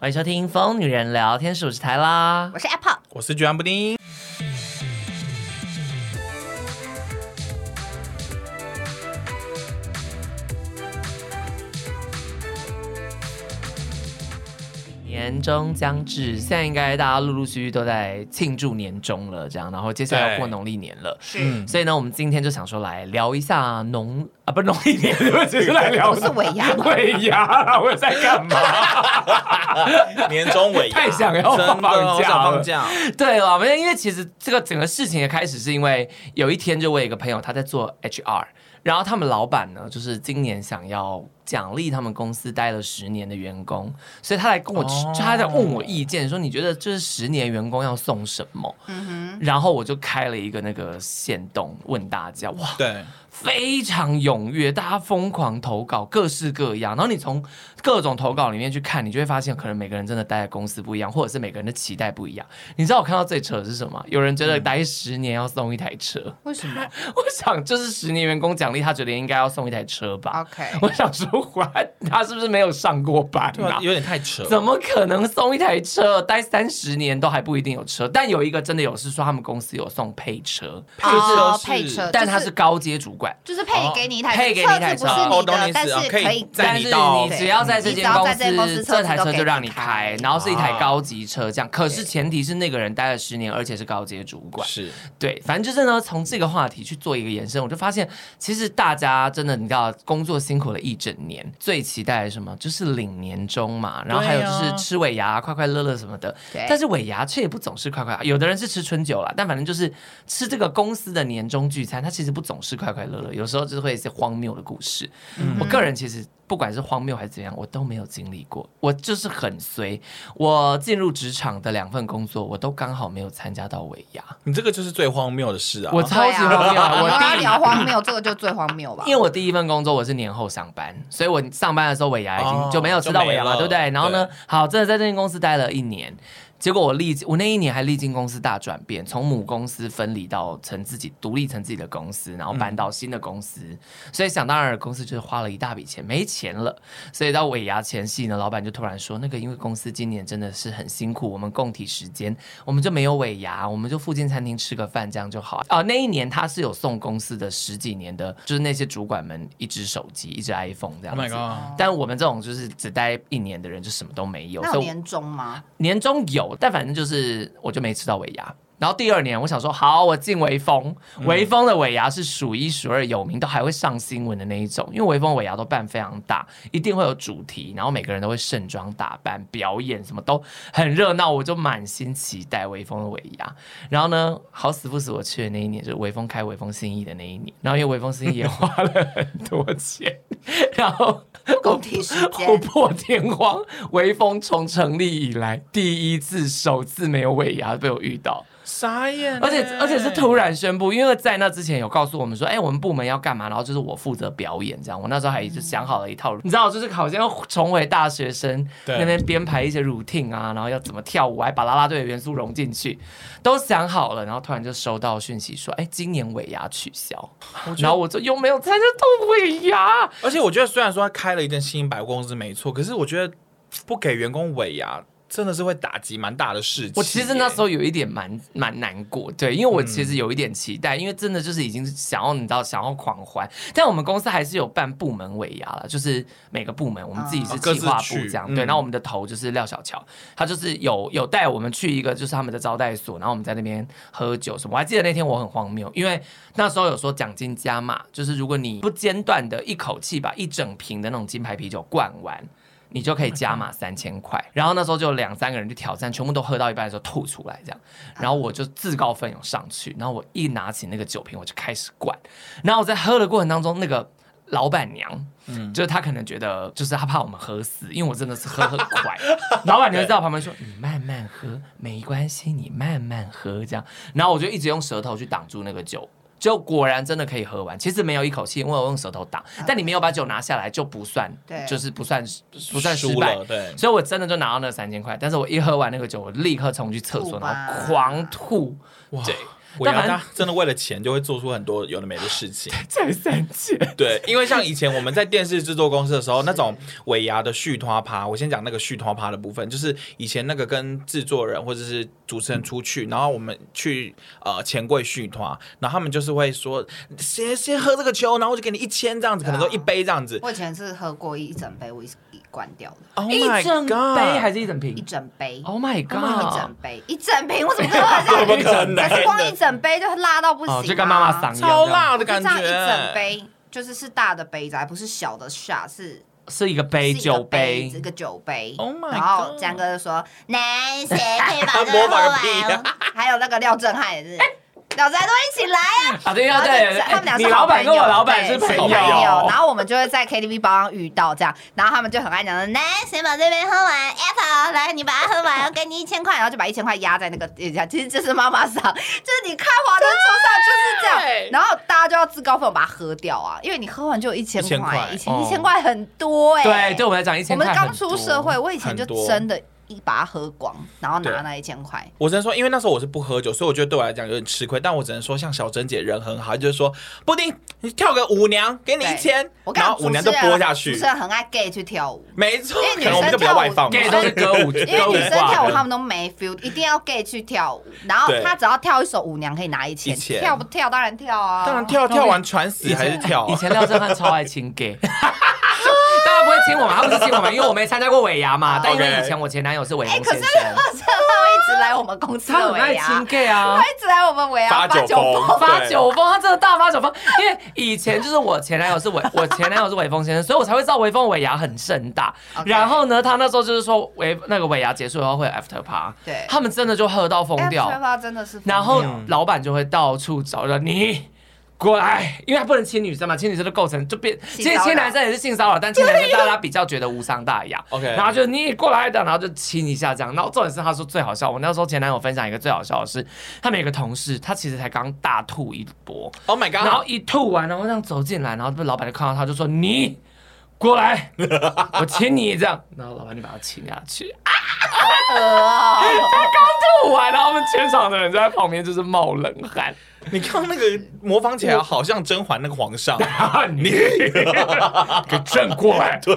欢迎收听《疯女人聊天室》，我是台啦。我是 Apple，我是居安 布丁。年终将至，现在应该大家陆陆续续都在庆祝年终了，这样，然后接下来要对过农历年了。是、嗯所以呢，我们今天就想说来聊一下农啊，不是农历年，只是来聊不是尾牙吗尾牙啦，我在干嘛？年终尾牙太想要真的放假了好想放假， 对了，没有，因为其实这个整个事情的开始是因为有一天，就我有一个朋友他在做 HR，然后他们老板呢，就是今年想要奖励他们公司待了十年的员工，所以他来跟我，哦就他在问我意见，说你觉得就是十年员工要送什么？嗯然后我就开了一个那个线动问大家，哇，对，非常踊跃，大家疯狂投稿，各式各样。然后你从各种投稿里面去看，你就会发现，可能每个人真的待在公司不一样，或者是每个人的期待不一样。你知道我看到最扯的是什么？有人觉得待十年要送一台车， 哼，为什么我想就是十年员工奖励，他觉得应该要送一台车吧。 ？OK，我想说，还他是不是没有上过班对啊啊？有点太扯。怎么可能送一台车？待三十年都还不一定有车，但有一个真的有是说他们公司有送配车，就是哦是配车，但他就是高阶主管。就是配给你一台，哦配给你一台车子车不是哦你懂的，你但意思啊是可以以载但你是到嗯你只要在这你只间要公在这间公司，司这台车子车都就给让你你开开，然后是一台啊高级车这样。可是前提是那个人待了十年，而且是高阶主管。是对，反正就是呢，从这个话题去做一个延伸，我就发现其实大家真的，你知道，工作辛苦了一整年，最期待的是什么？就是领年终嘛，然后还有哦就是吃尾牙，快快乐乐什么的。对但是尾牙却也不总是快快，有的人是吃春酒啦，但反正就是吃这个公司的年终聚餐，它其实不总是快快乐乐，有时候就是会一些荒谬的故事。我个人其实不管是荒谬还是怎样，我都没有经历过，我就是很随。我进入职场的两份工作，我都刚好没有参加到尾牙。你这个就是最荒谬的事啊！我超级荒对谬啊啊！我们要 我第聊荒谬，这个就最荒谬吧因。为我第一份工作我是年后上班，所以我上班的时候尾牙已经哦就没有吃到尾牙了，就对不没了对？然后呢，好，真的在这间公司待了一年，结果我历我那一年还历经公司大转变，从母公司分离到成自己独立成自己的公司，然后搬到新的公司，所以想当然的公司就是花了一大笔钱，没钱了，所以到尾牙前夕呢，老板就突然说，那个因为公司今年真的是很辛苦，我们共体时间，我们就没有尾牙，我们就附近餐厅吃个饭，这样就好。啊、那一年他是有送公司的十几年的，就是那些主管们一只手机，一只 iPhone 这样 Oh 子。 my god！ 但我们这种就是只待一年的人，就什么都没有。哦那所有以我年终吗？年终有，但反正就是我就没吃到尾牙。然后第二年，我想说好，我进微风，微风的尾牙是数一数二有名，都还会上新闻的那一种，因为微风尾牙都办非常大，一定会有主题，然后每个人都会盛装打扮、表演，什么都很热闹，我就满心期待微风的尾牙。然后呢，好死不死，我去的那一年就是微风开微风新意的那一年，然后因为微风新意也花了很多钱， 然后共体时琥间，珀天荒，微风从成立以来第一次、首次没有尾牙被我遇到，傻眼欸，而且而且是突然宣布，因为在那之前有告诉我们说，哎、我们部门要干嘛，然后就是我负责表演这样。我那时候还就想好了一套，你知道，就是好像要重回大学生对那边编排一些 routine 啊，然后要怎么跳舞，还把啦啦队的元素融进去，都想好了，然后突然就收到讯息说，哎、今年尾牙取消，然后我就又没有参加到尾牙，而且我觉得，虽然说他开了一间新百货公司没错，可是我觉得不给员工尾牙真的是会打击蛮大的士气。我其实那时候有一点蛮蛮难过，对，因为我其实有一点期待，因为真的就是已经想要你知道想要狂欢，但我们公司还是有办部门尾牙了，就是每个部门我们自己是哦各自企划部去这样，嗯对，然后我们的头就是廖小乔，他就是有有带我们去一个就是他们的招待所，然后我们在那边喝酒什么，我还记得那天我很荒谬，因为那时候有说奖金加码，就是如果你不间断的一口气把一整瓶的那种金牌啤酒灌完，你就可以加码三千块。然后那时候就有两三个人去挑战，全部都喝到一半的时候吐出来这样。然后我就自告奋勇上去，然后我一拿起那个酒瓶我就开始灌。然后我在喝的过程当中，那个老板娘。嗯，就是她可能觉得，就是她怕我们喝死，因为我真的是喝很快。老板娘就在我旁边说：“你慢慢喝，没关系，你慢慢喝。”这样，然后我就一直用舌头去挡住那个酒，就果然真的可以喝完。其实没有一口气，因为我用舌头挡，但你没有把酒拿下来就不算，对就是不算不算失输败了，。对，所以我真的就拿到那三千块，但是我一喝完那个酒，我立刻冲去厕所，吐吧然后狂吐哇，对，我但觉反正他真的为了钱就会做出很多有的没的事情。才三千，对，因为像以前我们在电视制作公司的时候，那种尾牙的续托趴，我先讲那个续托趴的部分，就是以前那个跟制作人或者是主持人出去，然后我们去呃钱柜续托，然后他们就是会说先先喝这个酒，然后我就给你一千这样子，可能啊都一杯这样子。我以前是喝过一整杯威士忌关掉的，Oh 一 my 整 god！杯还是一整一瓶整杯。 ？Oh my 干嘛一 god！整杯，一整瓶，我怎 么可能怎么可能 可是光一整杯就辣到不行、啊哦，就跟妈妈嗓一样，超辣就的这感觉，样一整杯，就是是大的杯子，还不是小的下，是是一个杯是一个酒杯子，一，个酒杯。 Oh my 然后 God 江哥就说：“ 男谁可以把这模个仿喝个屁啊完？” 还有那个廖正汉也是，廖正汉都一起来啊！啊对然啊后就对，他们俩你是老好板朋跟友，我老板对朋是友然后我们就会在 KTV 包厢遇到这样，然后他们就很爱讲说：“男谁把这边喝完，Apple 来你把它喝完，我给你一千块。”然后就把一千块压在那个底下，其实这是妈妈桑，就是你看华灯初上就是这样，然后大家就要自告奋勇把它喝掉啊，因为你喝完就有一千1000块块，以前哦一千块很多哎、对，对我们来讲一我千们块很多，刚出社会，我以前就很多真的一把它喝光，然后拿对那一千块。我只能说，因为那时候我是不喝酒，所以我觉得对我来讲有点吃亏。但我只能说，像小珍姐人很好，就是说布丁，你跳个舞娘，给你一千我，跟然你后讲舞娘就播下去主持。人很爱 gay 去跳 舞，没错因为，女可能我们生就比较哎跳舞外放吧。 gay 都是歌舞，因为歌女舞生挂跳舞的他们都没 feel，一定要 gay 去跳舞，然后对他只要跳一首舞娘可以拿一千，一千跳不跳当然跳啊，当 然跳跳完传死以前还是跳啊以前廖正汉超爱亲 gay。大家不会亲我嘛？他不是亲我嘛？因为我没参加过尾牙嘛。但因为 OK 以前我前男友是尾牙哎、先可生是，那个车会一直来我们公司他的很爱尾牙，亲 gay 啊他。一直来我们尾牙发酒酒疯发对酒疯，他真的大发酒疯，因为以前就是我前男友 是韦，我前男友是韦峰先生，所以我才会知道韦峰尾牙很盛大。 OK 然后呢，他那时候就是说韦那个尾牙结束以后会有 after par，对他们真的就喝到疯掉，哎吹发真的是疯掉，然后老板就会到处找着你。过来，因为他不能亲女生嘛，亲女生的构成就变，其性实骚扰亲男生也是性骚扰，但亲男生大家比较觉得无伤大雅。 OK 然后就你过来的，然后就亲一下这样。然后重点是他说最好笑，我那时候前男友分享一个最好笑的是，他们有一个同事，他其实才刚大吐一波， ，Oh my 然后 god！一吐完，然后这样走进来，然后被老板就看到他，就说你过来，我亲你这样。然后老板就把他亲下去， 呃，吐完，然后我们全场的人就在旁边就是冒冷汗。你看那个模仿起来好像甄嬛那个皇上，啊 你给正过来。 对，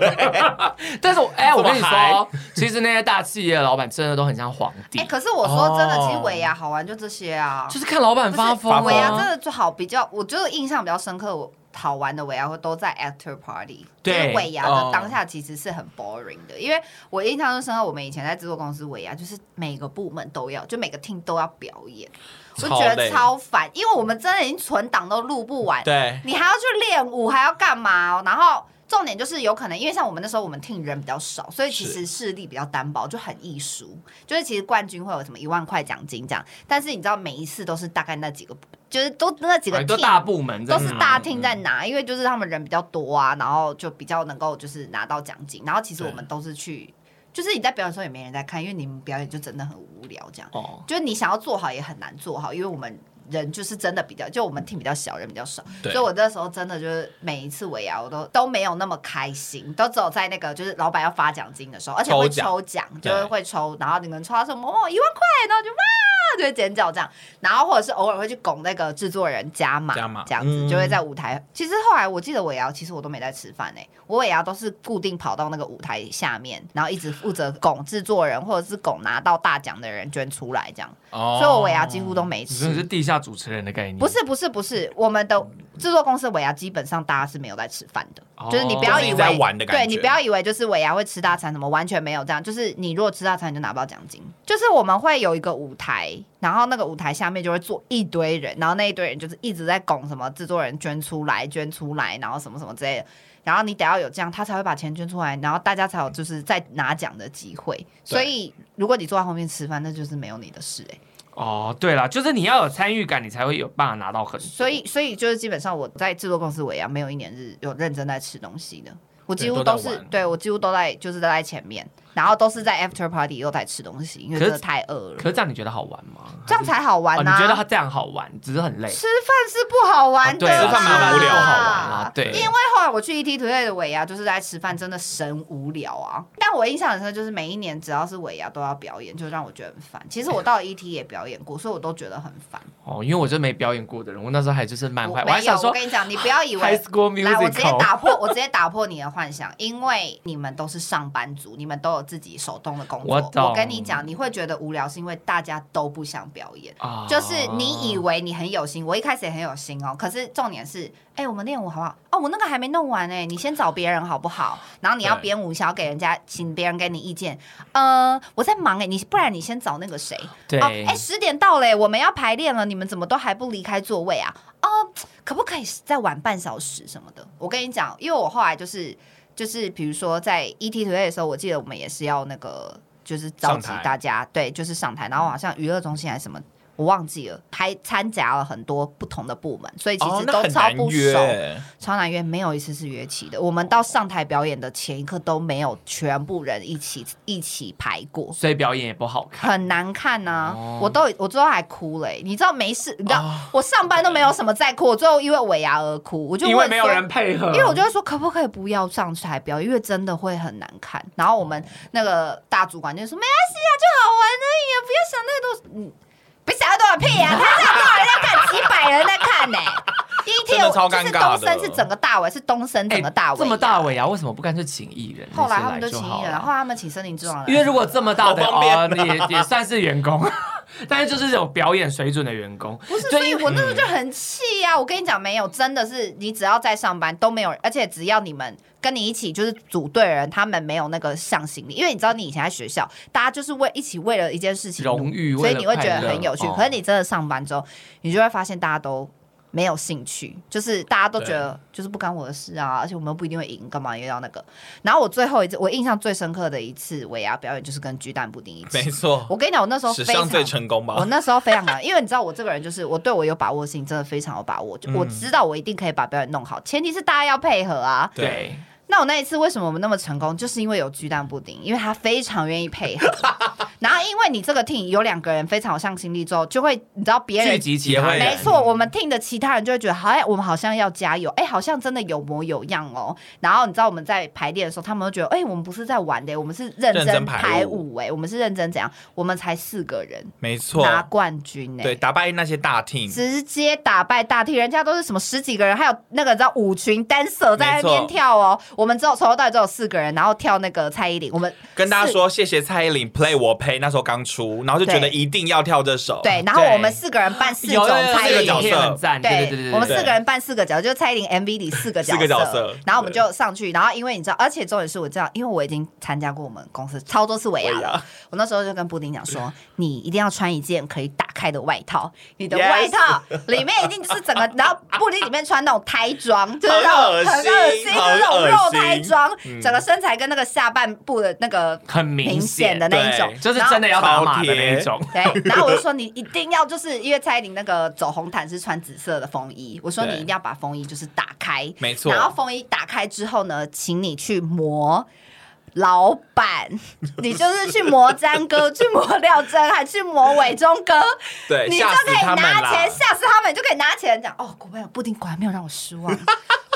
但是我哎、我跟你这么说，其实那些大企业的老板真的都很像皇帝，哎、可是我说真的，哦其实尾牙好玩就这些啊，就是看老板发疯、啊。尾牙真的就好比较，我就印象比较深刻，我好玩的尾牙会都在 after party，对就是尾牙哦的当下其实是很 boring 的，因为我印象最深刻，我们以前在制作公司尾牙，就是每个部门都要，就每个 team 都要表演，我超觉累得超烦，因为我们真的已经存档都录不完，对，你还要去练舞，还要干嘛、哦然后重点就是有可能，因为像我们那时候我们 team 人比较少，所以其实势力比较单薄，就很易输。就是其实冠军会有什么一万块奖金这样，但是你知道每一次都是大概那几个，就是都那几个哎 team 都大部门在都拿是大厅在拿，因为就是他们人比较多啊，然后就比较能够就是拿到奖金。然后其实我们都是去，就是你在表演的时候也没人在看，因为你们表演就真的很无聊这样。哦，就是你想要做好也很难做好，因为我们人就是真的比较，就我们 team 比较小，人比较少，对所以我那时候真的就是每一次尾牙我都都没有那么开心，都只有在那个就是老板要发奖金的时候，而且会抽奖抽奖，就对是会抽，然后你能抽到什么哦一万块，然后就哇。就会尖叫这样，然后或者是偶尔会去拱那个制作人加码，加码这样子、嗯就会在舞台。其实后来我记得尾牙，其实我都没在吃饭哎、我尾牙都是固定跑到那个舞台下面，然后一直负责拱制作人或者是拱拿到大奖的人捐出来这样。所所以我尾牙几乎都没哦你真的是吃。地下主持人的概念。嗯不是不是不是，我们的制作公司尾牙基本上大家是没有在吃饭的，哦就是你不要以就是在为玩的感觉对你不要以为就是尾牙会吃大餐什么，完全没有这样。就是你如果吃大餐，你就拿不到奖金。就是我们会有一个舞台，然后那个舞台下面就会坐一堆人，然后那一堆人就是一直在拱什么制作人捐出来捐出来，然后什么什么之类的。然后你得要有这样，他才会把钱捐出来，然后大家才有就是在拿奖的机会。所以如果你坐在后面吃饭，那就是没有你的事哎、欸哦，对了，就是你要有参与感，你才会有办法拿到很多。所以，所以就是基本上我在制作公司我也没有一年是有认真在吃东西的，我几乎对都都在是玩对我几乎都在就是都在前面，然后都是在 after party 又在吃东西，因可为真是的太饿可了，是这样你觉得好玩吗？这样才好玩啊哦，你呐、觉得他这样好玩，只是很累。吃饭是不好玩的啊啦，对吃饭蛮无聊好玩啊对因为后来我去 ET 团队的尾牙，就是在吃饭，真的神无聊啊。但我印象很深，就是每一年只要是尾牙都要表演，就让我觉得很烦。其实我到 ET 也表演过，所以我都觉得很 烦。哦，因为我就没表演过的人，我那时候还就是蛮我坏，还没有，想我说跟你讲，你不要以 High 为。 School 来，我直接 Musical，打破，我直接打破你的幻想， 因为你们都是上班族，你们都有自己手动的工我作。懂我跟你讲，你会觉得无聊，是因为大家都不想表演。啊就是你以为你很有心，我一开始也很有心哦。可是重点是，哎、我们练舞好不好？哦，我那个还没弄完哎、你先找别人好不好？然后你要对编舞，想要给人家请别人给你意见。呃，我在忙哎、你不然你先找那个谁。对哦，哎、十点到嘞、我们要排练了，你们怎么都还不离开座位啊？哦，可不可以再晚半小时什么的？我跟你讲，因为我后来就是就是，比如说在 ET 团队的时候，我记得我们也是要那个就是召集上台大家，对，就是上台，然后好像娱乐中心还是什么。我忘记了，还参加了很多不同的部门，所以其哦实，那都很超难不熟，约，超难约，没有一次是约齐的。我们到上台表演的前一刻都没有全部人一起一起排过，所以表演也不好看。很难看呐、哦我都我最后还哭了欸、你知道没事，你知道、哦我上班都没有什么在哭，我最后因为尾牙而哭，我就因为问没有说人配合，因为我就会说可不可以不要上台表演，因为真的会很难看。然后我哦们那个大主管就说没关系啊，就好玩而已啊，不要想太多，嗯，别想太多个屁啊，他这样多少人在看，几百人在看 呢、一天真的超尴就是尬东的升是整个大尾，是东升整个大尾、哎这么大。尾牙，为什么不干脆请艺人？后那来些他们就请好艺人，了后来他们请森林之王来，因为如果这么大的好方哦，也也算是员工，但是就是有表演水准的员工，不是，对所以因为我那时候就很气啊呀、我跟你讲，没有，真的是你只要在上班都没有，而且只要你们跟你一起就是组队的人，他们没有那个向心力，因为你知道你以前在学校，大家就是为一起为了一件事情努荣誉所为以了你会觉得快乐很有趣。哦可是你真的上班之后，你就会发现大家都。没有兴趣，就是大家都觉得就是不干我的事啊，而且我们又不一定会赢，干嘛又要那个？然后我最后一次，我印象最深刻的一次尾牙表演就是跟巨蛋布丁一起。没错，我跟你讲，我那时候史非上常最成功我吧。那时候非常难，因为你知道我这个人就是我对我有把握性，真的非常有把握。就我知道我一定可以把表演弄好，前提是大家要配合啊。对，那我那一次为什么我们那么成功，就是因为有巨蛋布丁，因为他非常愿意配合。 然后因为你这个 team 有两个人非常有向心力之后，就会你知道别聚人。集起来，也会没错，我们 team 的其他人就会觉得，好哎，我们好像要加油，哎，好像真的有模有样哦。然后你知道我们在排练的时候，他们都觉得，哎，我们不是在玩的，我们是认真认真排排舞舞，哎，我们是认真怎样？我们才四个人，没错，拿冠军呢、对，打败那些大 team，直接打败大厅，人家都是什么十几个人，还有那个你知道舞群单手在那边没错跳哦。我们只有从头到尾只有四个人，然后跳那个蔡依林，我们跟大家四说谢谢蔡依林 Play 我 Pay，那时候刚出，然后就觉得对一定要跳这首。对，然后对我们四个人扮四种有有有这蔡依个林角有有有。色很赞，对对对对，我们对四个人扮四个角色，就是蔡依林 MV 里四个角四个角色然后我们就上去，然后因为你知道，而且重点是我知道，因为我已经参加过我们公司超多次尾牙尾牙了，我那时候就跟布丁讲说，你一定要穿一件可以打开的外套，你的 Yes 外套里面一定是整个，然后布丁里面穿那种胎装，就是那很种恶很恶心，就心是那很种恶肉心胎装，嗯整个身材跟那个下半部的那个很明明显的那一种对，就是然后真的要打码的那一种，对，然后我就说你一定要就是因为蔡依林那个走红毯是穿紫色的风衣，我说你对一定要把风衣就是打开，没错然后风衣打开之后呢，请你去磨。老板，你就是去磨詹哥，去磨廖真，还去磨伟忠哥，对，你就吓死可以他们拿啦钱！吓死他们，你就可以拿钱讲哦，果然有布丁果然没有让我失望，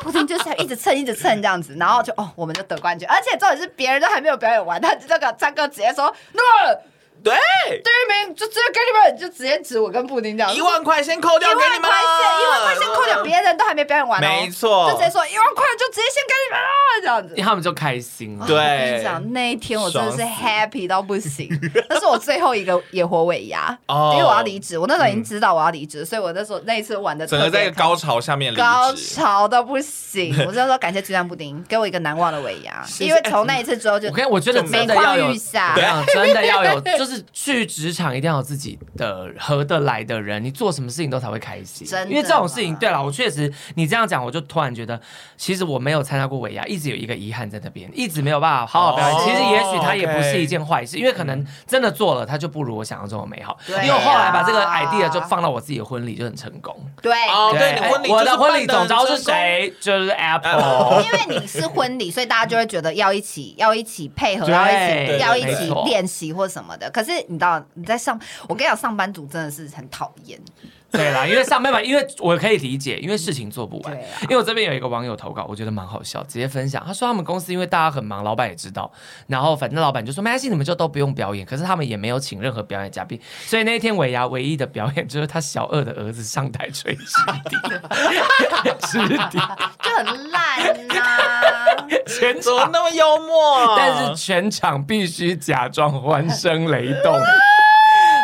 布丁就是要一直蹭一直蹭这样子，然后就哦，我们就得冠军，而且重点是别人都还没有表演完，他这个詹哥直接说那么对，第一名就直接给你们，就直接指我跟布丁讲一万块先扣掉一给你万块们，钱，一万块钱扣掉，别人都还没表演完哦，没错嗯就直接说一万块就直接先给你们啦，这样因为子。哦他们就开心了。对我跟你讲，那一天我真的是爽死 happy 到不 行，那是我最后一个野火尾牙，哦因为我要离职，我那时候已经知道我要离职，所以我那时候那一次玩的嗯整个在一个高潮下面离高 职。潮到不 行，我就说感谢鸡蛋布丁给我一个难忘的尾牙，因为从那一次之后就我跟我觉得每真的要况有愈下 对，啊，真的要有，就是就是去职场一定要有自己的合得来的人，你做什么事情都才会开心。真的因为这种事情，啦对啊了，我确实你这样讲，我就突然觉得，其实我没有参加过尾牙，一直有一个遗憾在那边，一直没有办法好好表演。哦其实也许它也不 OK 是一件坏事，因为可能真的做了，它就不如我想象中的美好。对啊因为我后来把这个 idea 就放到我自己的婚礼，就很成功。哎对，哦对你婚礼我就是的婚礼办得总很招是成功谁？就是哦 Apple。因为你是婚礼，所以大家就会觉得要一起，要一起配合，对要一起，对要一没起错练习或什么的。可是你知道你在上，我跟你讲，上班族真的是很讨厌。 对啦，因为上班嘛，因为我可以理解，因为事情做不完对啊。因为我这边有一个网友投稿，我觉得蛮好笑，直接分享。他说他们公司因为大家很忙，老板也知道，然后反正老板就说没关系，你们就都不用表演。可是他们也没有请任何表演嘉宾，所以那一天尾牙唯一的表演就是他小二的儿子上台吹 纸笛，纸笛就很烂啊呐、全怎场么那么幽默、啊？ 但是全场必须假装欢声雷 动。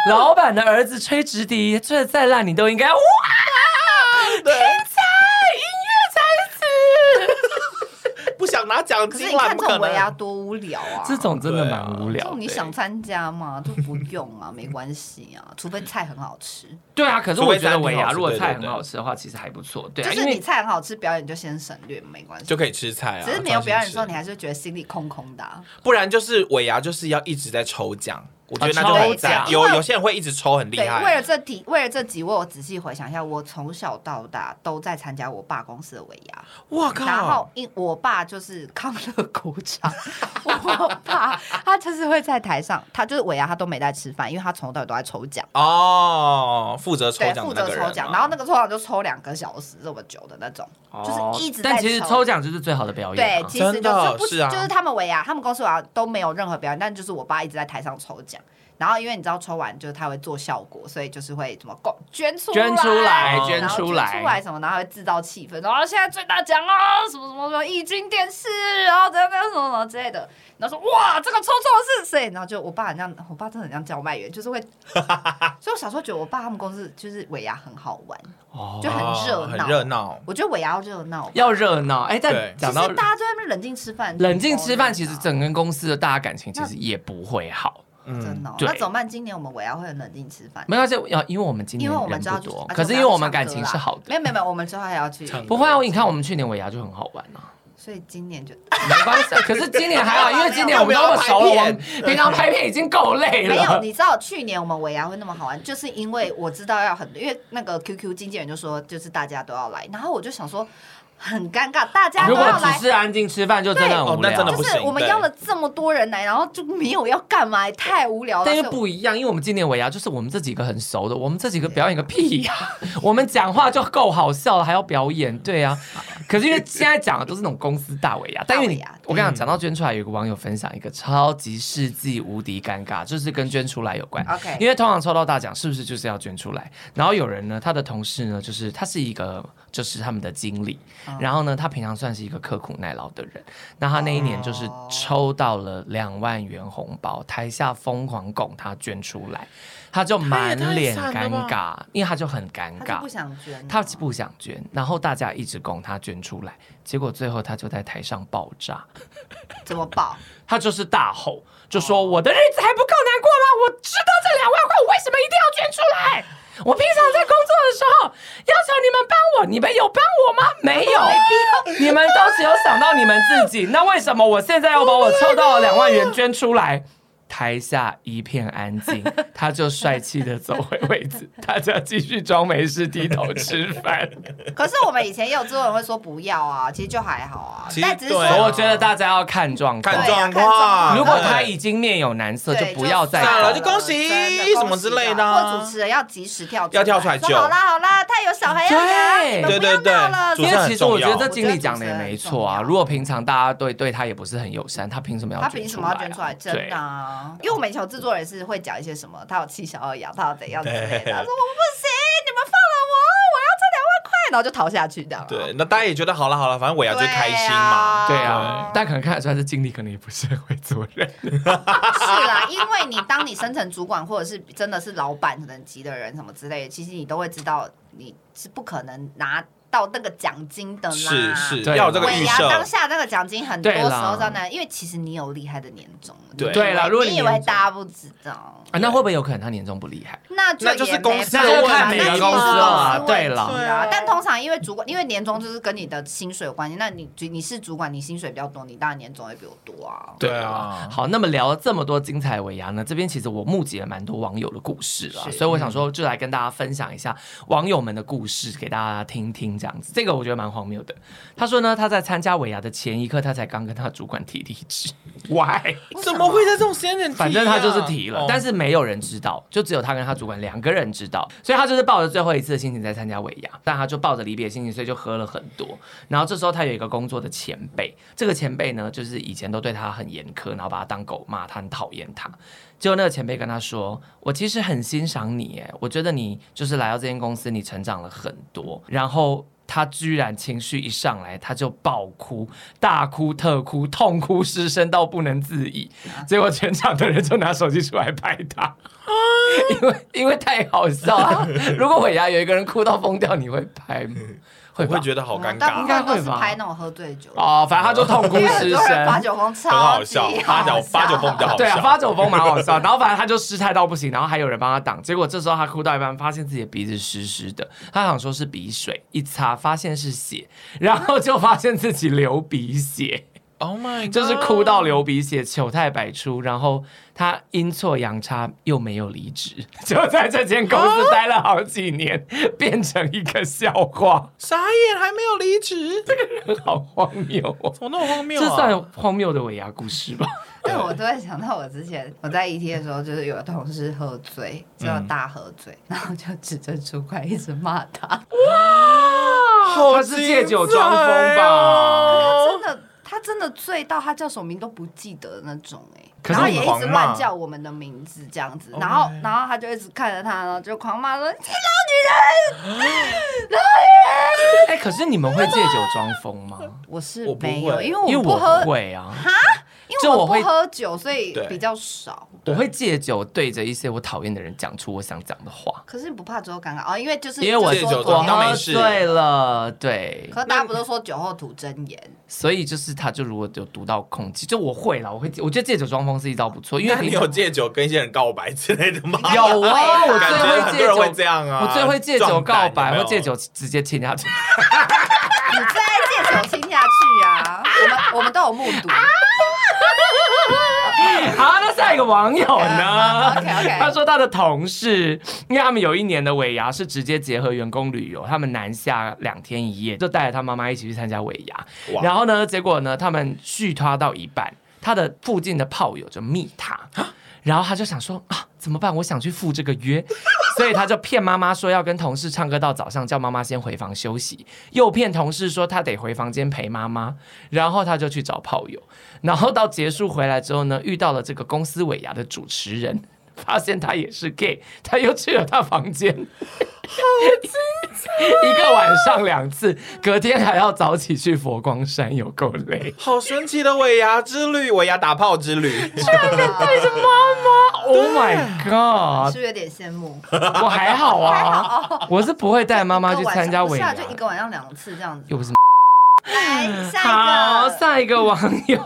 老板的儿子吹直笛，吹的再烂，你都应该哇！对天才，音乐才子。 不想拿奖可是金你啦，看不这可种尾牙能。多无聊啊！这种真的蛮无这聊的、种你想参加吗？就不用啊， 没关系啊，除非菜很好吃。对啊，可是我觉得尾牙除非餐厅好吃如果菜对对很对好吃的话，其实还不错。对、就啊，是因你为菜很好吃，表演就先省略，没关系。就可以吃菜啊，只是没有表演的时候，专你心还是觉得心里空空的啊、吃不然就是尾牙，就是要一直在抽奖，我觉得那就啊抽很奖赞。有有些人会一直抽，很厉对，为害。了这题，为了这集，我有仔细回想一下，我从小到大都在参加我爸公司的尾牙，哇然后靠！因我爸就是康乐鼓 掌，我爸他就是会在台上，他就是尾牙他都没在吃饭，因为他从头到尾都在抽奖。哦，负责抽对，奖负的那责个人抽嘛，奖，然后那个抽奖就抽两个小时这么久的那种，哦哦就是一直在但其实抽奖就是最好的表演、对，啊。其实真就的是不是啊就是他们尾牙，他们公司尾牙都没有任何表演，但就是我爸一直在台上抽奖。然后因为你知道抽完就是他会做效果，所以就是会怎么供捐出捐出来来，捐然后出出来出来什么，然后会制造气氛，然后现在最大奖啊，什么什么什么易经电视，然后怎样怎样什么什么之类的，然后说哇这个抽中的是谁，然后就我爸很像，我爸真的很像叫卖员，就是会，所以我小时候觉得我爸他们公司就是尾牙很好玩，哦就很热哦闹很热闹。我觉得尾牙要热闹，要热闹。哎、对但讲其实到大哦家都在那边冷静吃饭，冷静吃饭，其实真。整个公司的大家感情其实也不会好。嗯真的、哦，嗯对那怎么办？今年我们尾牙会很冷静吃饭，没关系，要因为我们今因年为我们人知道啊不就是多，，而且可是因为要我们唱感歌情啦是好的。没有没有没有，我们之后还要去唱歌不会啊，你看我们去年尾牙就很好玩啊。所以今年就没关系，可是今年还 好，因为今年我们都那么熟了，我们平常拍片已经够累没有。了。你知道去年我们尾牙会那么好玩，就是因为我知道要很，因为那个 QQ 经纪人就说，就是大家都要来，然后我就想说很尴尬，大家都如果要只来。是安静吃饭，就真的很无对哦那真聊的不。就是行我们对邀了这么多人来，然后就没有要干嘛，也太无聊了。但又所以不一样，因为我们今年尾牙就是我们这几个很熟的，我们这几个表演个屁呀、 我们讲话就够好笑了，还要表演，对啊。可是因为现在讲的都是那种公司大尾牙，但因为你大尾牙我跟你讲，讲到捐出来，有个网友分享一个超级世纪无敌尴尬，就是跟捐出来有关。 OK 因为通常抽到大奖，是不是就是要捐出来？然后有人呢，他的同事呢，就是他是一个就是他们的经理，然后呢，他平常算是一个刻苦耐劳的人。那他那一年就是抽到了两万元红包，台下疯狂拱他捐出来，他就满脸他尴也太惨尬，因为他就很尴他就尬不。想捐了，他不想捐，然后大家一直拱他捐出来，结果最后他就在台上爆炸，怎么 报？他就是大吼，就哦说我的日子还不够难过吗？我知道这两万块，我为什么一定要捐出来？我平常在工作的时候要求你们帮我，你们有帮我吗？没 哎有，你们都只有想到你们自己。那为什么我现在要把我凑到的两万元捐出来？台下一片安静，他就帅气的走回位 子，大家继续装没事，低头吃饭。可是我们以前也有制作人会说不要啊，其实就还好啊其，实但只是对说啊所以我觉得大家要看状况看。对啊状看状况，况如果对他已经面有难色，就对不要再算了搞就恭喜真的什么之类恭的喜啊啊或主持人要及时跳出来，要跳出来说救好啦好啦，太有小孩要来，你们对不要对对闹了。因为这样主持人其实我觉得很重这要经理讲的也没错我觉得主持人很重要啊。如果平常大家对对他也不是很友善，他凭什么要、他凭什么要捐出来？真的、对啊，因为我们以前有制作人是会讲一些什么，他有七小二羊，他有怎 样之类的。对他说我不行，你们放了我，我要这两万块，然后就逃下去这样、啊。对，那大家也觉得好了好了，反正尾牙就是开心嘛。对对啊，但可能看得出来，这经理可能也不是很会做人。是啦，因为你当你升成主管或者是真的是老板等级的人什么之类的，其实你都会知道你是不可能拿到那个奖金的啦。是是，对啊要有这个尾预牙当设，下那个奖金很多对时啦候在那，因为其实你有厉害的年终，对对啦如果你你以为年终大家不知道， 啊，那会不会有可能他年终不厉害？那就那就是也没公司办的法问题那就是公司啊公司对问啦题对啊啊。但通常因为主管，因为年终就是跟你的薪水有关系，那你你是主管，你薪水比较多，你当然年终也比我多啊。对啊，好，那么聊了这么多精彩尾牙呢，这边其实我募集了蛮多网友的故事啊，是所以我想说就来跟大家分享一下网友们的故事，给大家听听这样子。这个我觉得蛮荒谬的。他说呢，他在参加尾牙的前一刻，他才刚跟他主管提离职，why？怎么会在这种时间点提啊？反正他就是提了，哦但是没有人知道，就只有他跟他主管两个人知道，所以他就是抱着最后一次的心情在参加尾牙，但他就抱着离别的心情，所以就喝了很多。然后这时候他有一个工作的前辈，这个前辈呢，就是以前都对他很严苛，然后把他当狗骂，他很讨厌他。结果那个前辈跟他说：“我其实很欣赏你，哎，我觉得你就是来到这间公司，你成长了很多。”然后。他居然情绪一上来，他就爆哭，大哭特哭，痛哭失声到不能自已。啊结果全场的人就拿手机出来拍他，因为因为太好笑 了。如果尾牙有一个人哭到疯掉，你会拍吗？会我吧会觉得好尴大尬，部应该分会吧都是拍那种喝醉酒的，哦，反正他就痛哭因为很失 多人八声。九风超很好级笑，八角八角风比 较好笑，对啊，发酒疯蛮好笑，然后反正他就失态到不行，然后还有人帮他挡，结果这时候他哭到一半，发现自己的鼻子湿湿的，他想说是鼻水，一擦发现是血，然后就发现自己流鼻血。 ，Oh my，God 就是哭到流鼻血，糗态百出。然后他阴错阳差又没有离职， 就在这间公司待了好几年，变成一个笑话，傻眼，还没有离职，这个好荒谬哦！怎么那么荒谬这啊？算荒谬的尾牙故事 吧？对，我都会想到我之前我在 ET 的时候，就是有同事喝醉，真嗯的大喝醉， 然后就指着主管一直骂他，他是借酒装疯吧？他哦真的他真的醉到他叫什么名都不记得的那种哎、可是然后你也一狂直骂乱叫我们的名字这样子，然后然后他就一直看着他，然后就狂骂 说：“你老女人，哎、可是你们会借酒装疯吗？我是我不没有，会因为我因为们不我喝，会啊，因就为我我们会不喝酒，所以对比较少。我会借酒对着一些我讨厌的人讲出我想讲的话，可是你不怕之后尴尬哦，因为就是因为我就是说借酒我装昨那天没喝事醉了，对。可是大家不都说酒后吐真言？所以就是他就如果有读到空气，就我会啦，我会，我觉得借酒装疯是一招不错，因为那你平时有借酒跟一些人告白之类的吗？有啊，我感觉很多最人会会借这酒。样啊，我最会借酒壮告胆白，有没我有借酒直接亲下去。你再借酒亲下去啊！我们我们都有目睹。好，那下一个网友呢 OK，OK 他说他的同事，因为他们有一年的尾牙是直接结合员工旅游，他们南下两天一夜，就带着他妈妈一起去参加尾牙。哇然后呢，结果呢，他们续他到一半，他的附近的炮友就密他，然后他就想说啊，怎么办？我想去赴这个约， 所以他就骗妈妈说要跟同事唱歌到早上，叫妈妈先回房休息，又骗同事说他得回房间陪妈妈，然后他就去找炮友，然后到结束回来之后呢，遇到了这个公司尾牙的主持人。发现他也是 gay，他又去了他房间，一个晚上两次，隔天还要早起去佛光山，有够累。好神奇的尾牙之旅，尾牙打炮之旅， 对着妈妈，Oh my 是不是有点羡慕？ God！我还好啊，我是不会带妈妈去参加尾一个牙晚上不是啊，就一个晚上两次这样子。又不是。来下好，一个，下一个网友，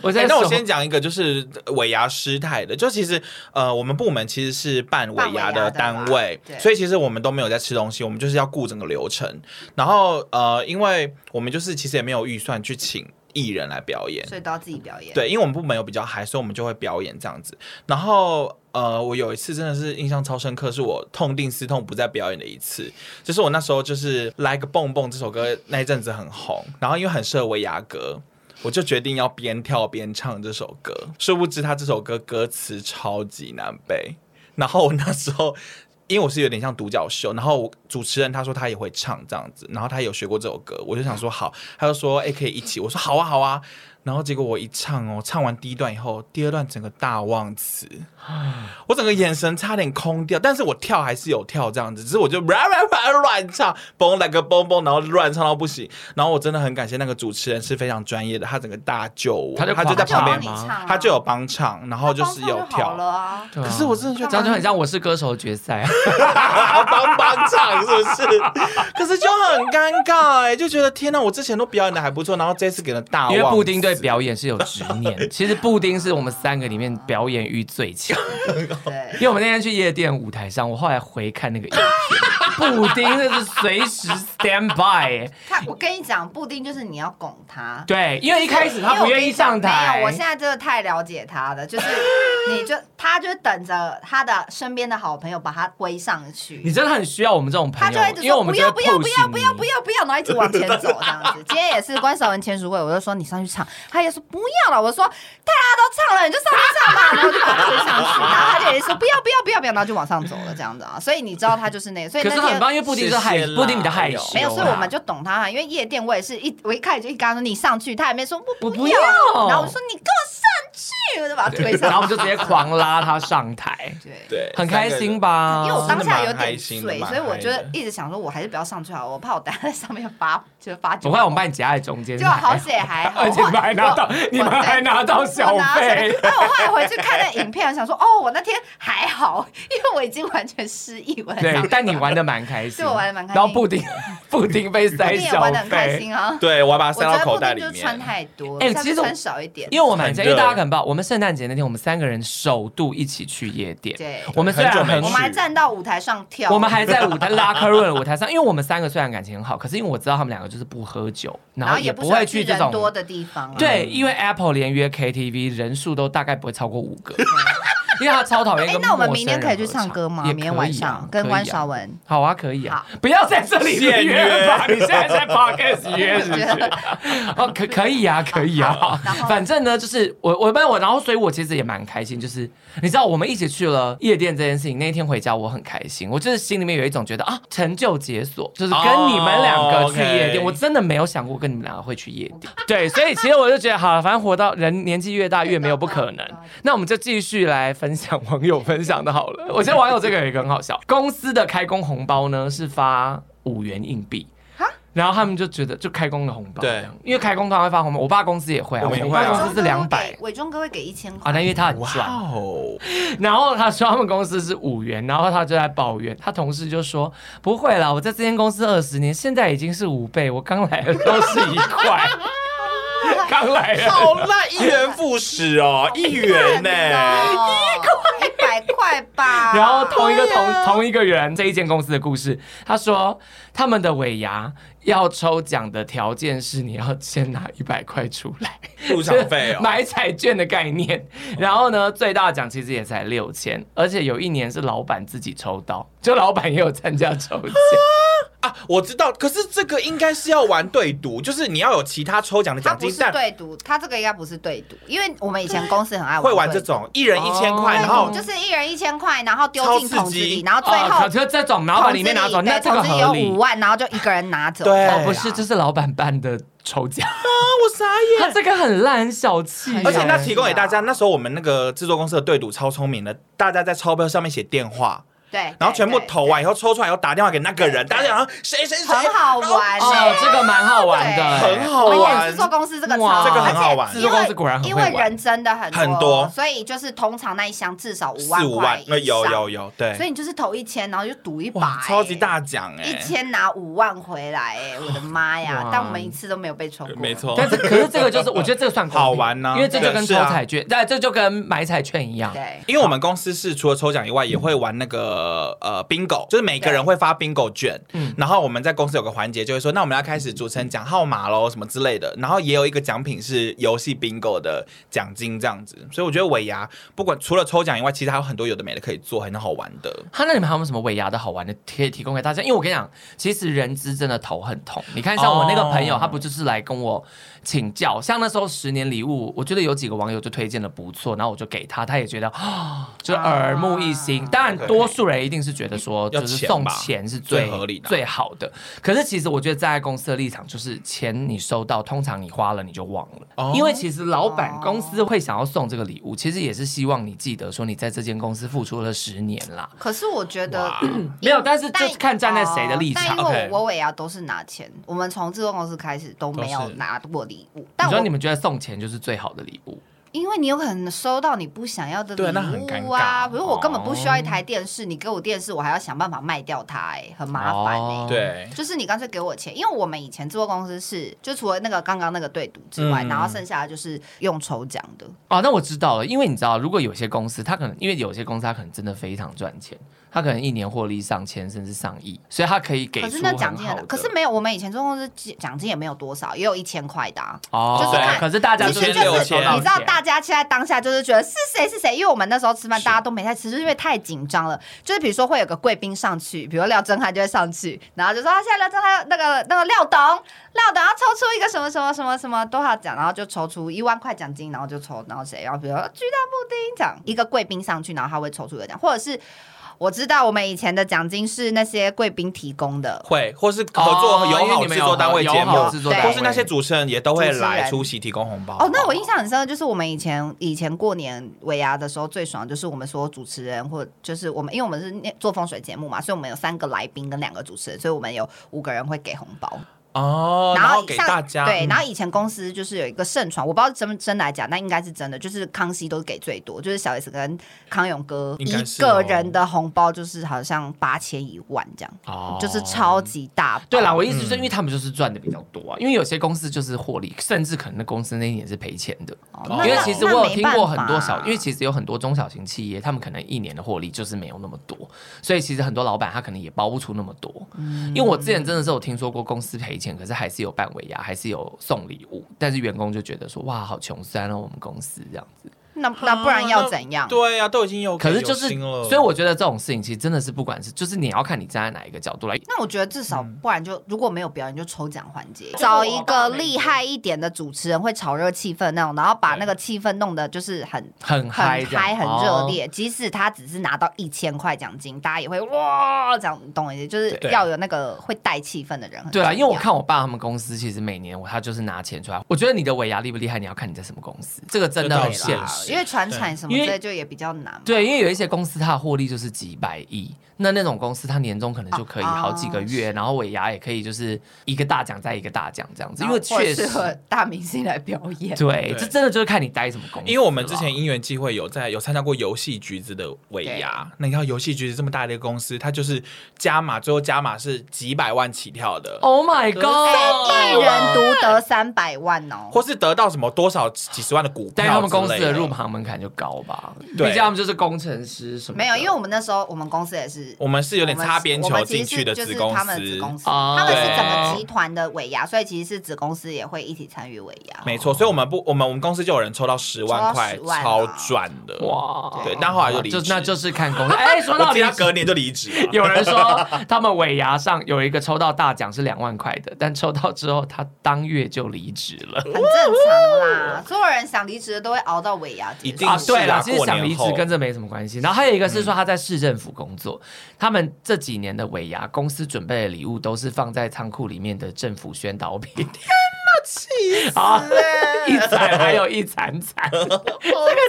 我哎在那我手先讲一个，就是尾牙失态的，就其实呃，我们部门其实是办尾牙的单办尾牙位的对，所以其实我们都没有在吃东西，我们就是要顾整个流程。然后呃，因为我们就是其实也没有预算去请艺人来表演，所以都要自己表演。，对，因为我们部门有比较嗨，所以我们就会表演这样子。然后呃，我有一次真的是印象超深刻，是我痛定思痛不再表演的一次。就是我那时候就是《Like 蹦蹦》这首歌那一阵子很红，然后因为很适合维牙歌。我就决定要边跳边唱这首歌，殊不知他这首歌歌词超级难背。然后我那时候，因为我是有点像独角秀，然后我主持人他说他也会唱这样子，然后他有学过这首歌，我就想说好，他就说哎、可以一起，我说好啊好啊，然后结果我一唱哦，唱完第一段以后，第二段整个大忘词，我整个眼神差点空掉，但是我跳还是有跳这样子，只是我就 乱乱乱唱，蹦来个蹦蹦，然后乱唱到不行。然后我真的很感谢那个主持人是非常专业的，他整个大救我，他就他就在狂唱旁帮边你唱啊他就有帮唱，然后就是有好跳了啊。对啊可是我真的觉得这样就很像《我是歌手》决赛，啊 帮帮唱是不是？可是就很尴尬哎、就觉得天哪，我之前都表演的还不错，然后这次给了大忘因词为布丁对表演是有执念。其实布丁是我们三个里面表演欲最强，对因，为我们那天去夜店舞台上，我后来回看那个影片，布丁那是随时 stand by、他我跟你讲，布丁就是你要拱他，对，因为一开始他不愿意上没台有，我，现在真的太了解他了，就是你就他就等着他的身边的好朋友把他推上你去。真的很需要我们这种朋他友，就会一直因为我说们不就会要不要不 push 要你不要不要不要，然后一直往前走这样子。今天也是关少文签书会，我就说你上去唱，他也说不要了。我说大家都唱了，你就上去唱吧。然后我就把他推上去，然后他就也说不要不要不要不要，然后就往上走了这样子啊。所以你知道他就是那个，所以可那是天很棒，因为布丁是害谢谢啦布丁比较害羞啊，没有，所以我们就懂他啊，因为夜店我也是一我一开始就一跟他说你上去，他还没说我我不不要，要然后我说你给我上去，我就把他推然后上我们就去。直接狂拉他上台，对，对，很开心吧？因为我当下有真的蛮开点心醉，的蛮所以我就一直想说，我还是不要上去好了，我怕我待在上面发就是发酒不会，我们把你夹在中间，就好险还好，而且你们还拿到哎我我你们还拿到小我拿到费小但我后来回去看那影片，我想说哦，我那天还好，因为我已经完全失忆，我很想对，但你玩的蛮开 心，对我玩得蛮开心然后布丁布丁被我塞也小玩的很开费，心啊。对我要把它我塞觉到得口布袋丁里就是面。穿太多，哎下次其实我穿少一点。因为我们很像，很热因为大家可能不知道，我们圣诞节那天我们三个人首度一起去夜店，对我们虽然很久没很我们还站到舞台上跳，我们还在舞台拉克润的舞台上，因为我们三个虽然感情很好，可是因为我知道他们两个就是不喝酒，然后也不会去这人多种。的地方、啊。对，嗯因为 Apple 连约 KTV 人数都大概不会超过五个，因为他超讨厌嗯哎、跟陌生人合唱。那我们明天可以去唱歌吗？也可以啊明天晚上跟关少。文。可以啊好啊，可以啊好，不要在这里现约约吧，你现在在 Podcast 约是不我是觉得？哦，可可以啊，可以 好啊然后，反正呢，就是我我班我，然后所以我其实也蛮开心，就是你知道我们一起去了夜店这件事情，那一天回家我很开心，我就是心里面有一种觉得啊，成就解锁，就是跟你们两个去夜店，哦，OK 我真的没有想过跟你们两个会去夜哦店，对，所以其实我就觉得好了，反正活到人年纪越大越没有不可 能，那我们就继续来分享网友分享的好了。我觉得网友这个有一个很好笑，公司的开工红包呢是发五元硬币哈。然后他们就觉得就开工的红包，对这样，因为开工通常会发红包，我爸公司也会啊，我我们也会爸啊公司是两百伟忠哥会给一千啊，块。那因为他很哇赚，哦，然后他说他们公司是五元，然后他就在抱怨，他同事就说不会啦，我在这间公司二十年，现在已经是五倍，我刚来的时候是一 块，刚来 的时候好烂，一元复始哦，一元呢、哦一百块吧。然后同一个同、同一个人，这一间公司的故事，他说他们的尾牙要抽奖的条件是你要先拿一百块出来，入场费 哦， 买彩券的概念。然后呢，最大奖其实也才六千，而且有一年是老板自己抽到，就老板也有参加抽奖。啊，我知道，可是这个应该是要玩对赌，就是你要有其他抽奖的他奖不金，是但对赌，他这个应该不是对赌，因为我们以前公司很爱玩会玩对这赌。种一人一千块，哦然后对就是一人一千块，然后丢进超桶刺子激啊里，然后 最哦后可就这种，然后把里面拿走，桶子里那对这个桶子里合有理五。万，然后就一个人拿走。啊这对样哦，不是，这是老板办的抽奖，啊，我傻眼他这个很烂，很小气哦耶。而且那提供给大是家，啊那时候我们那个制作公司的对赌超聪明的，大家在钞票上面写电话，对，然后全部对投完以后抽出来以后打电话给那个人，对大家想说谁谁谁，很好玩哦欸，这个蛮好玩的，对哎很好我玩演制作公司这个超，哇这个很好玩而且制作公司果然很因会为玩因为人真的很很多所以就是通常那一箱至少五万四五万块，那有以上有，有，所对，以你就是投一千，然后就赌一把哇，，欸超级，大奖哎，一千拿五万回来，哎，我的妈呀哇！但我们一次都没有被抽过，没。错，但是可是这个就是，我觉得这个算公平好玩呢因为这就跟抽对是啊彩券，但这就跟买彩券一样。对，因为我们公司是除了抽奖以外，也会玩那个呃 bingo，就是每个人会发 bingo 卷，嗯然后我们在公司有个环节就会说，那我们要开始主持人讲号码喽，什么之类的，然后也有一个奖品是游戏 bingo 的奖金这样子，所以我觉得尾牙不管除了抽奖以外，其实还有很多有的没的可以做，很好玩的。他那你们还有没有什么尾牙的好玩的可以提供给大家？因为我跟你讲，其实人资真的头很痛。你看，像我那个朋友哦他不就是来跟我请教？像那时候十年礼物，我觉得有几个网友就推荐的不错，然后我就给他，他也觉得啊、哦，就耳目一新。啊当然，多数人一定是觉得说，要就是钱送吧钱是最最合理的最好的。可是其实我觉得站在公司的立场，就是钱你收到，通常你花了你就忘了，哦因为其实老板公司会想要送这个礼物，其实也是希望你记得说你在这间公司付出了十年啦。可是我觉得哇没有，但是就但是看站在谁的立哦场。但因为 OK 我我也要都是拿钱，我们从制作公司开始都没都有是拿过礼物。你但说我你们觉得送钱就是最好的礼物？因为你有可能收到你不想要的礼对那很尴物啊，尬哦比如我根本不需要一台电视，你给我电视，我还要想办法卖掉它、哎，很麻烦哎、哦对，就是你干脆给我钱，因为我们以前制作公司是，就除了那个刚刚那个对赌之外，嗯然后剩下的就是用抽奖的。哦，那我知道了，因为你知道，如果有些公司，它可能因为有些公司它可能真的非常赚钱，它可能一年获利上千甚至上亿，所以它可以给可出很是那好奖金很的。可是没有，我们以前做公司奖金也没有多少，也有一千块的、啊。哦，就是看可是大家其就实是就千六是有你收到知千钱道，大家现在当下就是觉得是谁是谁，因为我们那时候吃饭是大家都没太吃，就是因为太紧张了。就是比如说会有个贵宾上去，比如廖振汉就会上去，然后就说啊，现在廖振汉那个那个廖董，廖董要抽出一个什么什么什么什么多少奖，然后就抽出一万块奖金，然后就抽，然后谁，然后比如说巨大布丁奖，一个贵宾上去，然后他会抽出一个奖，或者是。我知道我们以前的奖金是那些贵宾提供的，会，或是合作哦友因为好你们制有作单位友节目好制作对单位或是那些主持人也都会主持人来出席提供红包。哦，那我印象很深的就是我们以前以前过年尾牙的时候最爽，就是我们所有主持人或就是我们，因为我们是那做风水节目嘛，所以我们有三个来宾跟两个主持人，所以我们有五个人会给红包。哦，然后给像大家对，嗯然后以前公司就是有一个盛传，我不知道是真真来讲，那应该是真的，就是康熙都是给最多，就是小 S 跟康永哥应该一是哦个人的红包就是好像八千一万这样，哦就是超嗯级大包。对啦，我意思就是因为他们就是赚的比较多啊，因为有些公司就是获利，甚至可能那公司那一年是赔钱的。哦因那因为那其实那我有没听办过很多法小，因为其实有很多中小型企业，他们可能一年的获利就是没有那么多，所以其实很多老板他可能也包不出那么多。嗯因为我之前真的是有听说过公司赔钱，可是还是有办尾牙，还是有送礼物，但是员工就觉得说哇，好穷酸哦，我们公司这样子。那那不然啊要那怎样？对呀、都已经有可是有就是，心了所以我觉得这种事情其实真的是不管是，就是你要看你站在哪一个角度来。那我觉得至少，嗯不然就、如果没有表演，就抽奖环节，找一个厉害一点的主持人，会炒热气氛那种，然后把那个气氛弄得就是很很很嗨这样，哦嗨、很热烈。即使他只是拿到一千块奖金，大家也会哇这样，懂我意思？就是对要有那个会带气氛的人很重对要。啊，因为我看我爸他们公司，其实每年我他就是拿钱出来。我觉得你的尾牙厉不厉害，你要看你在什么公司，这个真的很这倒现是实。啊因为传产什么因为之类就也比较难嘛。对，因为有一些公司它的获利就是几百亿，那那种公司它年终可能哦就可以好几个月，然后尾牙也可以就是一个大奖再一个大奖这样子，因为然后或确者实适合大明星来表演。对对，这真的就是看你待什么公司了。因为我们之前因缘际会有在有参加过游戏橘子的尾牙对，那你看游戏橘子这么大的一个公司，它就是加码，最后加码是几百万起跳的， Oh my 一 God，人独得三百万哦，或是得到什么多少几十万的股票之类，但他们公司的入。行门槛就高吧，毕对竟他们就是工程师什么的。嗯没有，因为我们那时候我们公司也是我们是有点擦边我球们其进实去的子就是公他们的子司，公司，哦他们是整个集团的尾牙，所以其实是子公司也会一起参与尾牙。没错，所以我们不，我们我们公司就有人抽到十万块，抽到10万啊超赚的哇，对，但后来就离职，那就是看公司。哎，说 我到底记得他隔年就离职了。有人说他们尾牙上有一个抽到大奖是两万块的，但抽到之后他当月就离职了。很正常啦，所有人想离职的都会熬到尾牙结一束定啊，对是啊啦，其实过想年离职后嗯跟这没什么关系。然后还有一个是说他在市政府工作，他们这几年的尾牙公司准备的礼物都是放在仓库里面的政府宣导品。天哪，气死！一惨还有一惨 惨，这个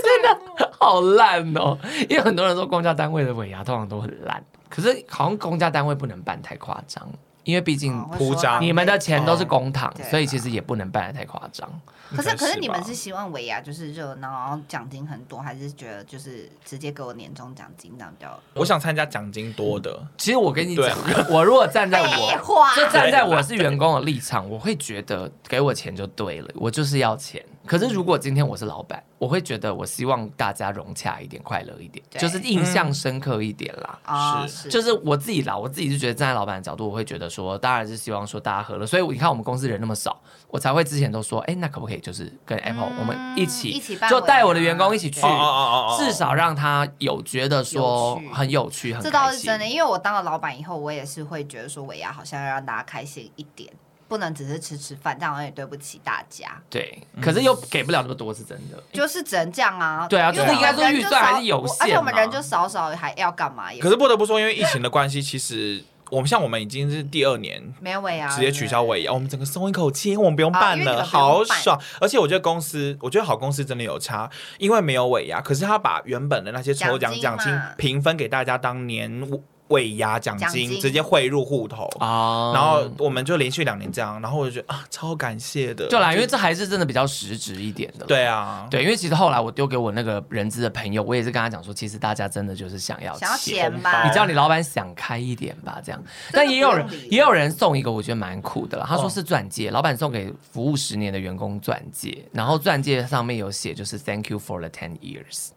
真的好烂哦。因为很多人说公家单位的尾牙通常都很烂，可是好像公家单位不能办太夸张，因为毕竟哦会铺说张嗯啊你们的钱都是公帑对，所以其实也不能办的太夸张。可是应该可是是你吧们是希望尾牙就是热闹，然后奖金很多，还是觉得就是直接给我年终奖金这样比较？我想参加奖金多的，其实我跟你讲对，我如果站在废我，话，就站在我是员工的立场，我会觉得给我钱就对了，我就是要钱。可是如果今天我是老板，我会觉得我希望大家融洽一点，快乐一点，对就是印象深刻一点啦。啊是是就是我自己啦，我自己是觉得站在老板的角度，我会觉得说，当然是希望说大家和乐。所以你看我们公司人那么少，我才会之前都说，哎，那可不可以就是跟 Apple、嗯我们一起，一起办就带我的尾牙员工一起去，哦哦哦哦哦至少让他有觉得说有趣很有趣，很这倒开是心真的，因为我当了老板以后，我也是会觉得说尾牙好像要让大家开心一点，不能只是吃吃饭，这样有点对不起大家。对，可是又给不了那么多，是真的。就是只能这样啊。对啊因为就是应我们该说人就预算还少是有我限而且我们嘛人就少少，还要干嘛也可是不得不说，因为疫情的关系，其实我们像我们已经是第二年没有尾牙，直接取消对不对尾牙，哦我们整个松一口气，我们不用办啊因为你了，们不用好办爽。而且我觉得公司，我觉得好公司真的有差，因为没有尾牙，可是他把原本的那些抽奖奖奖金金嘛平分给大家当年尾牙奖奖金，金直接汇入户头。哦然后我们就连续两年这样，然后我就觉得啊，超感谢的。对啦，因为这还是真的比较实质一点的。对啊，对，因为其实后来我丢给我那个人资的朋友，我也是跟他讲说，其实大家真的就是想要想要钱钱吧？包你叫你老板想开一点吧，这样。真的但也有人不用理也有人送一个，我觉得蛮酷的啦。他说嗯是钻戒，老板送给服务十年的员工钻戒，然后钻戒上面有写就是 Thank you for the ten years。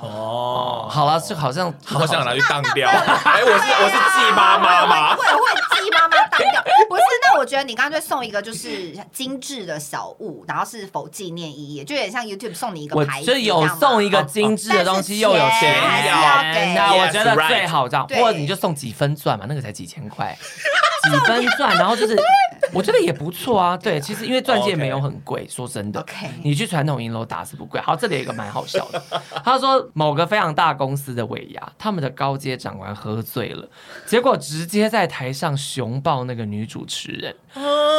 哦，好了，这好像好想拿去当掉。那那哎，我是我是季妈妈我吗？会会鸡妈妈当掉，不是？那我觉得你干脆送一个就是精致的小物，然后是否纪念意义，就有点像 YouTube 送你一个我牌子，就有送一个。个精致的东西，又有哦但是钱还是要钱，给那我 Yes, 觉得 right 最好这样，对或者你就送几分钻嘛，那个才几千 块，几分钻，然后就是我觉得也不错啊。对，其实因为钻戒 OK 没有很贵，说真的 OK，你去传统银楼打是不贵。好，这里有一个蛮好笑的，他说某个非常大公司的尾牙，他们的高阶长官喝醉了，结果直接在台上熊抱那个女主持人，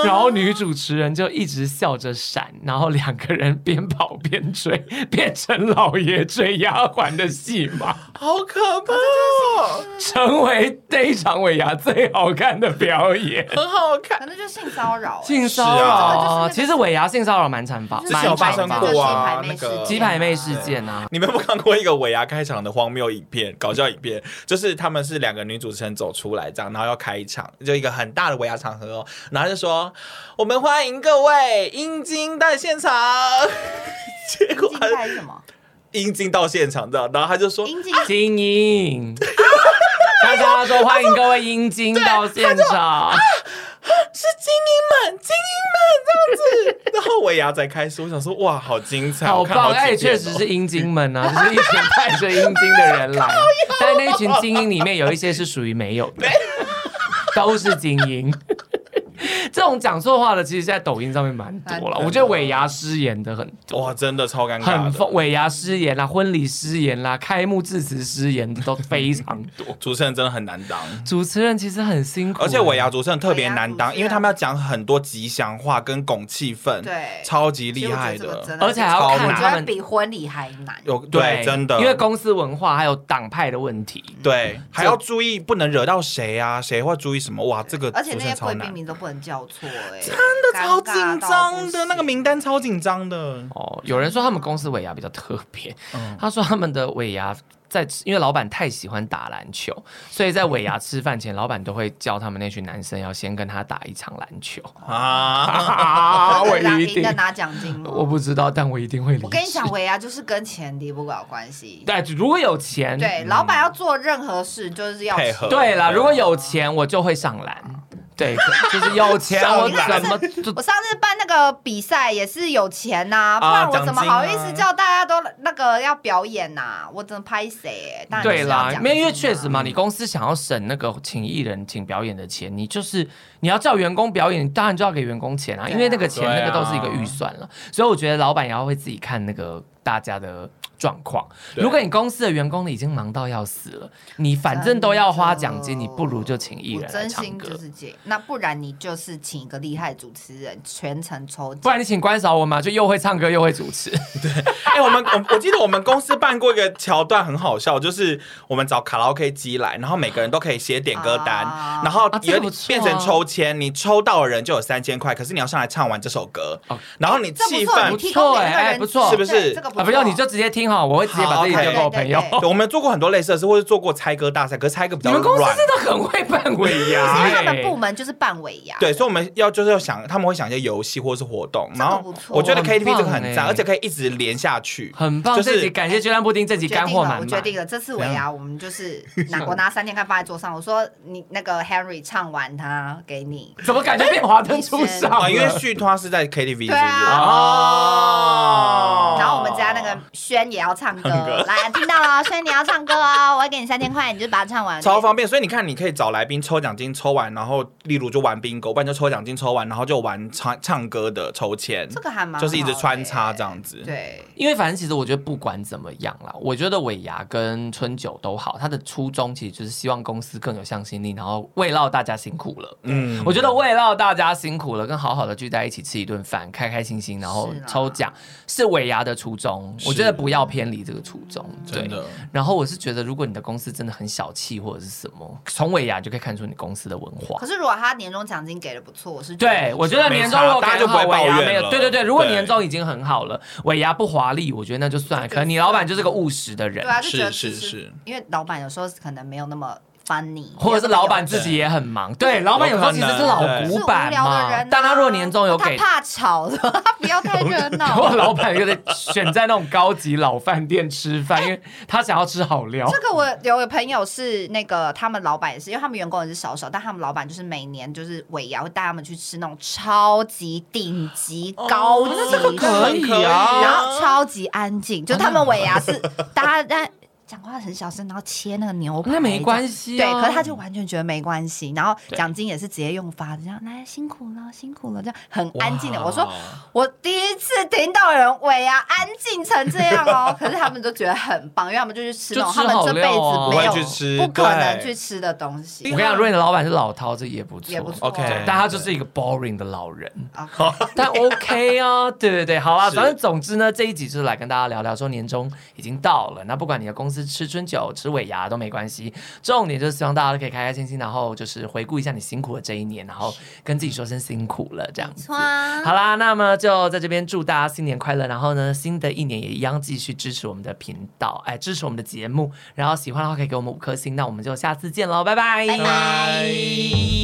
然后女主持人就一直笑着闪，然后两个人边跑边追， 变成老爷追丫鬟的戏码， 好可怕哦，成为这一场尾牙最好看的表 演。很好看。可能就是性骚扰、性欸，骚扰，是啊其实尾牙性骚扰蛮常发，之啊前有发蛮生常过啊的就是那个鸡排妹事件啊，你们有没有看过一个尾牙开场的荒谬影片、搞笑影片？就是他们是两个女主持人走出来这样，然后要开场，就一个很大的尾牙场合哦，然后就说我们欢迎各位阴茎到现场， 结果金他带是什么？阴茎到现场的，然后他就说阴茎精英。大家说欢迎各位阴茎到现场，是精英们，精英们 这样子，然后尾牙才开始，我想说哇，好精彩，好我看好棒！几哎，遍确哦实是阴茎们啊， 就是一群带着阴茎的人 来，啊但那一群精英里面有一些是属于没有的，都是精英。 这种讲错话的，其实在抖音上面蛮多了。我觉得尾牙失言的很多，哇，真的超尴尬很的。疯，尾牙失言啦，婚礼失言啦，开幕致辞失言都非 。常多主持人真的很难当。主持人其实很辛苦，而且尾牙主持人特别难尾牙主持当，人因为他们要讲很多吉祥话跟拱气氛，对超级厉其实我觉害得这个的。真的而且还要看我他觉得们比婚礼还难。有对，真的，因为公司文化还有党派的问题。对还要注意不能惹到谁啊，谁会注意什么？哇，这个而且主那持些人贵超宾难，名都不能叫错、哎，真真的超紧张的，那个名单超紧张的。哦，有人说他们公司尾牙比较特别，他说他们的尾牙在吃，因为老板太喜欢打篮球，所以在尾牙吃饭前，老板都会叫他们那群男生要先跟他打一场篮球。啊，啊我赢的拿奖金吗？我不知道，但我一定会离职。我跟你讲， 维亚就是跟钱离不了关系。对，如果有钱，对，老板要做任何事就是要嗯配合钱对啦，如果有钱，我就会上篮。对，就是有钱，上篮我怎么就 我上次办那个比赛也是有钱呐、不啊然我怎么奖金啊好意思叫大家都那个要表演呐、我怎么拍谁、欸？当然对就是要啦奖金啊、？没有因为确实嘛，你公司想要省那个请艺人、请表演的钱，你就是你要叫员工表演，你当然就要给员工钱啊，对啊因为那个钱对啊那个都是一个预算啊了。所以我觉得老板也要会自己看那个大家的。状况，对如果你公司的员工已经忙到要死了，你反正都要花奖金，你不如就请艺我人来真唱心歌，就是这，那不然你就是请一个厉害主持人全程抽不奖。然你请关少文嘛，就又会唱歌又会主 持。 哎，我们我我记得我们公司办过一个桥段很好笑，就是我们找卡拉 OK 机来，然后每个人都可以写点歌单啊，然后啊这有个不点错啊变成抽签，你抽到的人就有三千块，可是你要上来唱完这首歌哦，然后你这不气错，氛你提供给那个哎人不错是不是对这个啊，不不错，用你就直接听哈，我会直接把好自己丢给我朋友对对。对对我们做过很多类似的事，或是做过猜歌大赛，可是猜歌比你较们公司乱。真的很会办尾牙、因欸，为他们部门就是办尾牙，哎对，所以我们要就是要想，他们会想一些游戏或是活动，这个然后不错我觉得很 KTV 这个很棒赞，欸而且可以一直连下去。很棒。就是这集感谢鸡蛋布丁，这集我决干定货了，满我满。决定了，这次尾怎牙我 们就是拿我拿三千块放在桌上，我说你那个 Henry 唱完他给你，怎么感觉变华灯初上啊，了？因为续托是在 KTV，是不是对啊哦啊然后我们家那个轩也要唱歌，唱歌来听到了，轩你要唱歌哦，我会给你三千块，你就把它唱完。超方便。所以你看，你可以找来宾抽奖金抽完，然后例如就玩 bingo，不然就抽奖金抽完，然后就玩唱唱歌的抽签，这个还蛮好的就是一直穿插这样子。欸。对，因为反正其实我觉得不管怎么样啦，我觉得尾牙跟春酒都好，它的初衷其实就是希望公司更有向心力，然后慰劳大家辛苦了。嗯我觉得慰劳大家辛苦了，跟好好的聚在一起吃一顿饭，开开心心，然后是啦抽奖是尾牙的初衷。我觉得不要偏离这个初衷。嗯对真。的然后我是觉得，如果你的公司真的很小气或者是什么，从尾牙你就可以看出你公司的文化可。是如果他年终奖金给的不错，我是觉得对，我觉得年终如果大家改就不会好尾牙抱怨没有，了对对对，如果对年终已经很好了，尾牙不华丽，我觉得那就算了。就可能你老板就是个务实的人对，啊，就觉得是其实是是因为老板有时候可能没有那么 funny， 或者是老板自对己也很忙。对，老板有时候其实是老是无古板聊的嘛，人啊，但他如果年终有给他怕哦吵，他不要太热我 闹。老板又在选在那种高级老饭店吃饭，因为他想要吃好 料这。个我有个朋友是那个，他们老板也是，因为他们员工也是少少，但他们老板就是每年就是尾牙会带他们去吃那种超级顶级高级哦的、那这个可以啊然后超级安静，就他们尾牙是大家在讲话很小声，然后切那个牛排，那没关系、啊，对，可是他就完全觉得没关系，然后对奖金也是直接用发的，这样来辛苦了，辛苦了，这样很安静的。哇我哦说我第一次听到有人喂啊，安静成这样哦。 可是他们都觉得很棒，因为他们就去吃那种就吃他们这辈子好料哦没有不会去吃不可能对去吃的东我西跟你。讲，瑞的老板是老饕，这也不错，也不错 OK 对但他就是一个 boring 的老人， OK 但 OK 啊，对对对，好啊，是反正总之呢，这一集就是来跟大家聊聊说年终已经到了，那不管你的公司吃春酒、吃尾牙都没关系，重点就是希望大家都可以开开心心，然后就是回顾一下你辛苦的这一年，然后跟自己说声辛苦了，这样子。哇好啦，那么就在这边祝大家新年快乐。然后呢，新的一年也一样继续支持我们的频道，哎，支持我们的节目。然后喜欢的话可以给我们五颗星。那我们就下次见喽，拜拜，拜拜拜。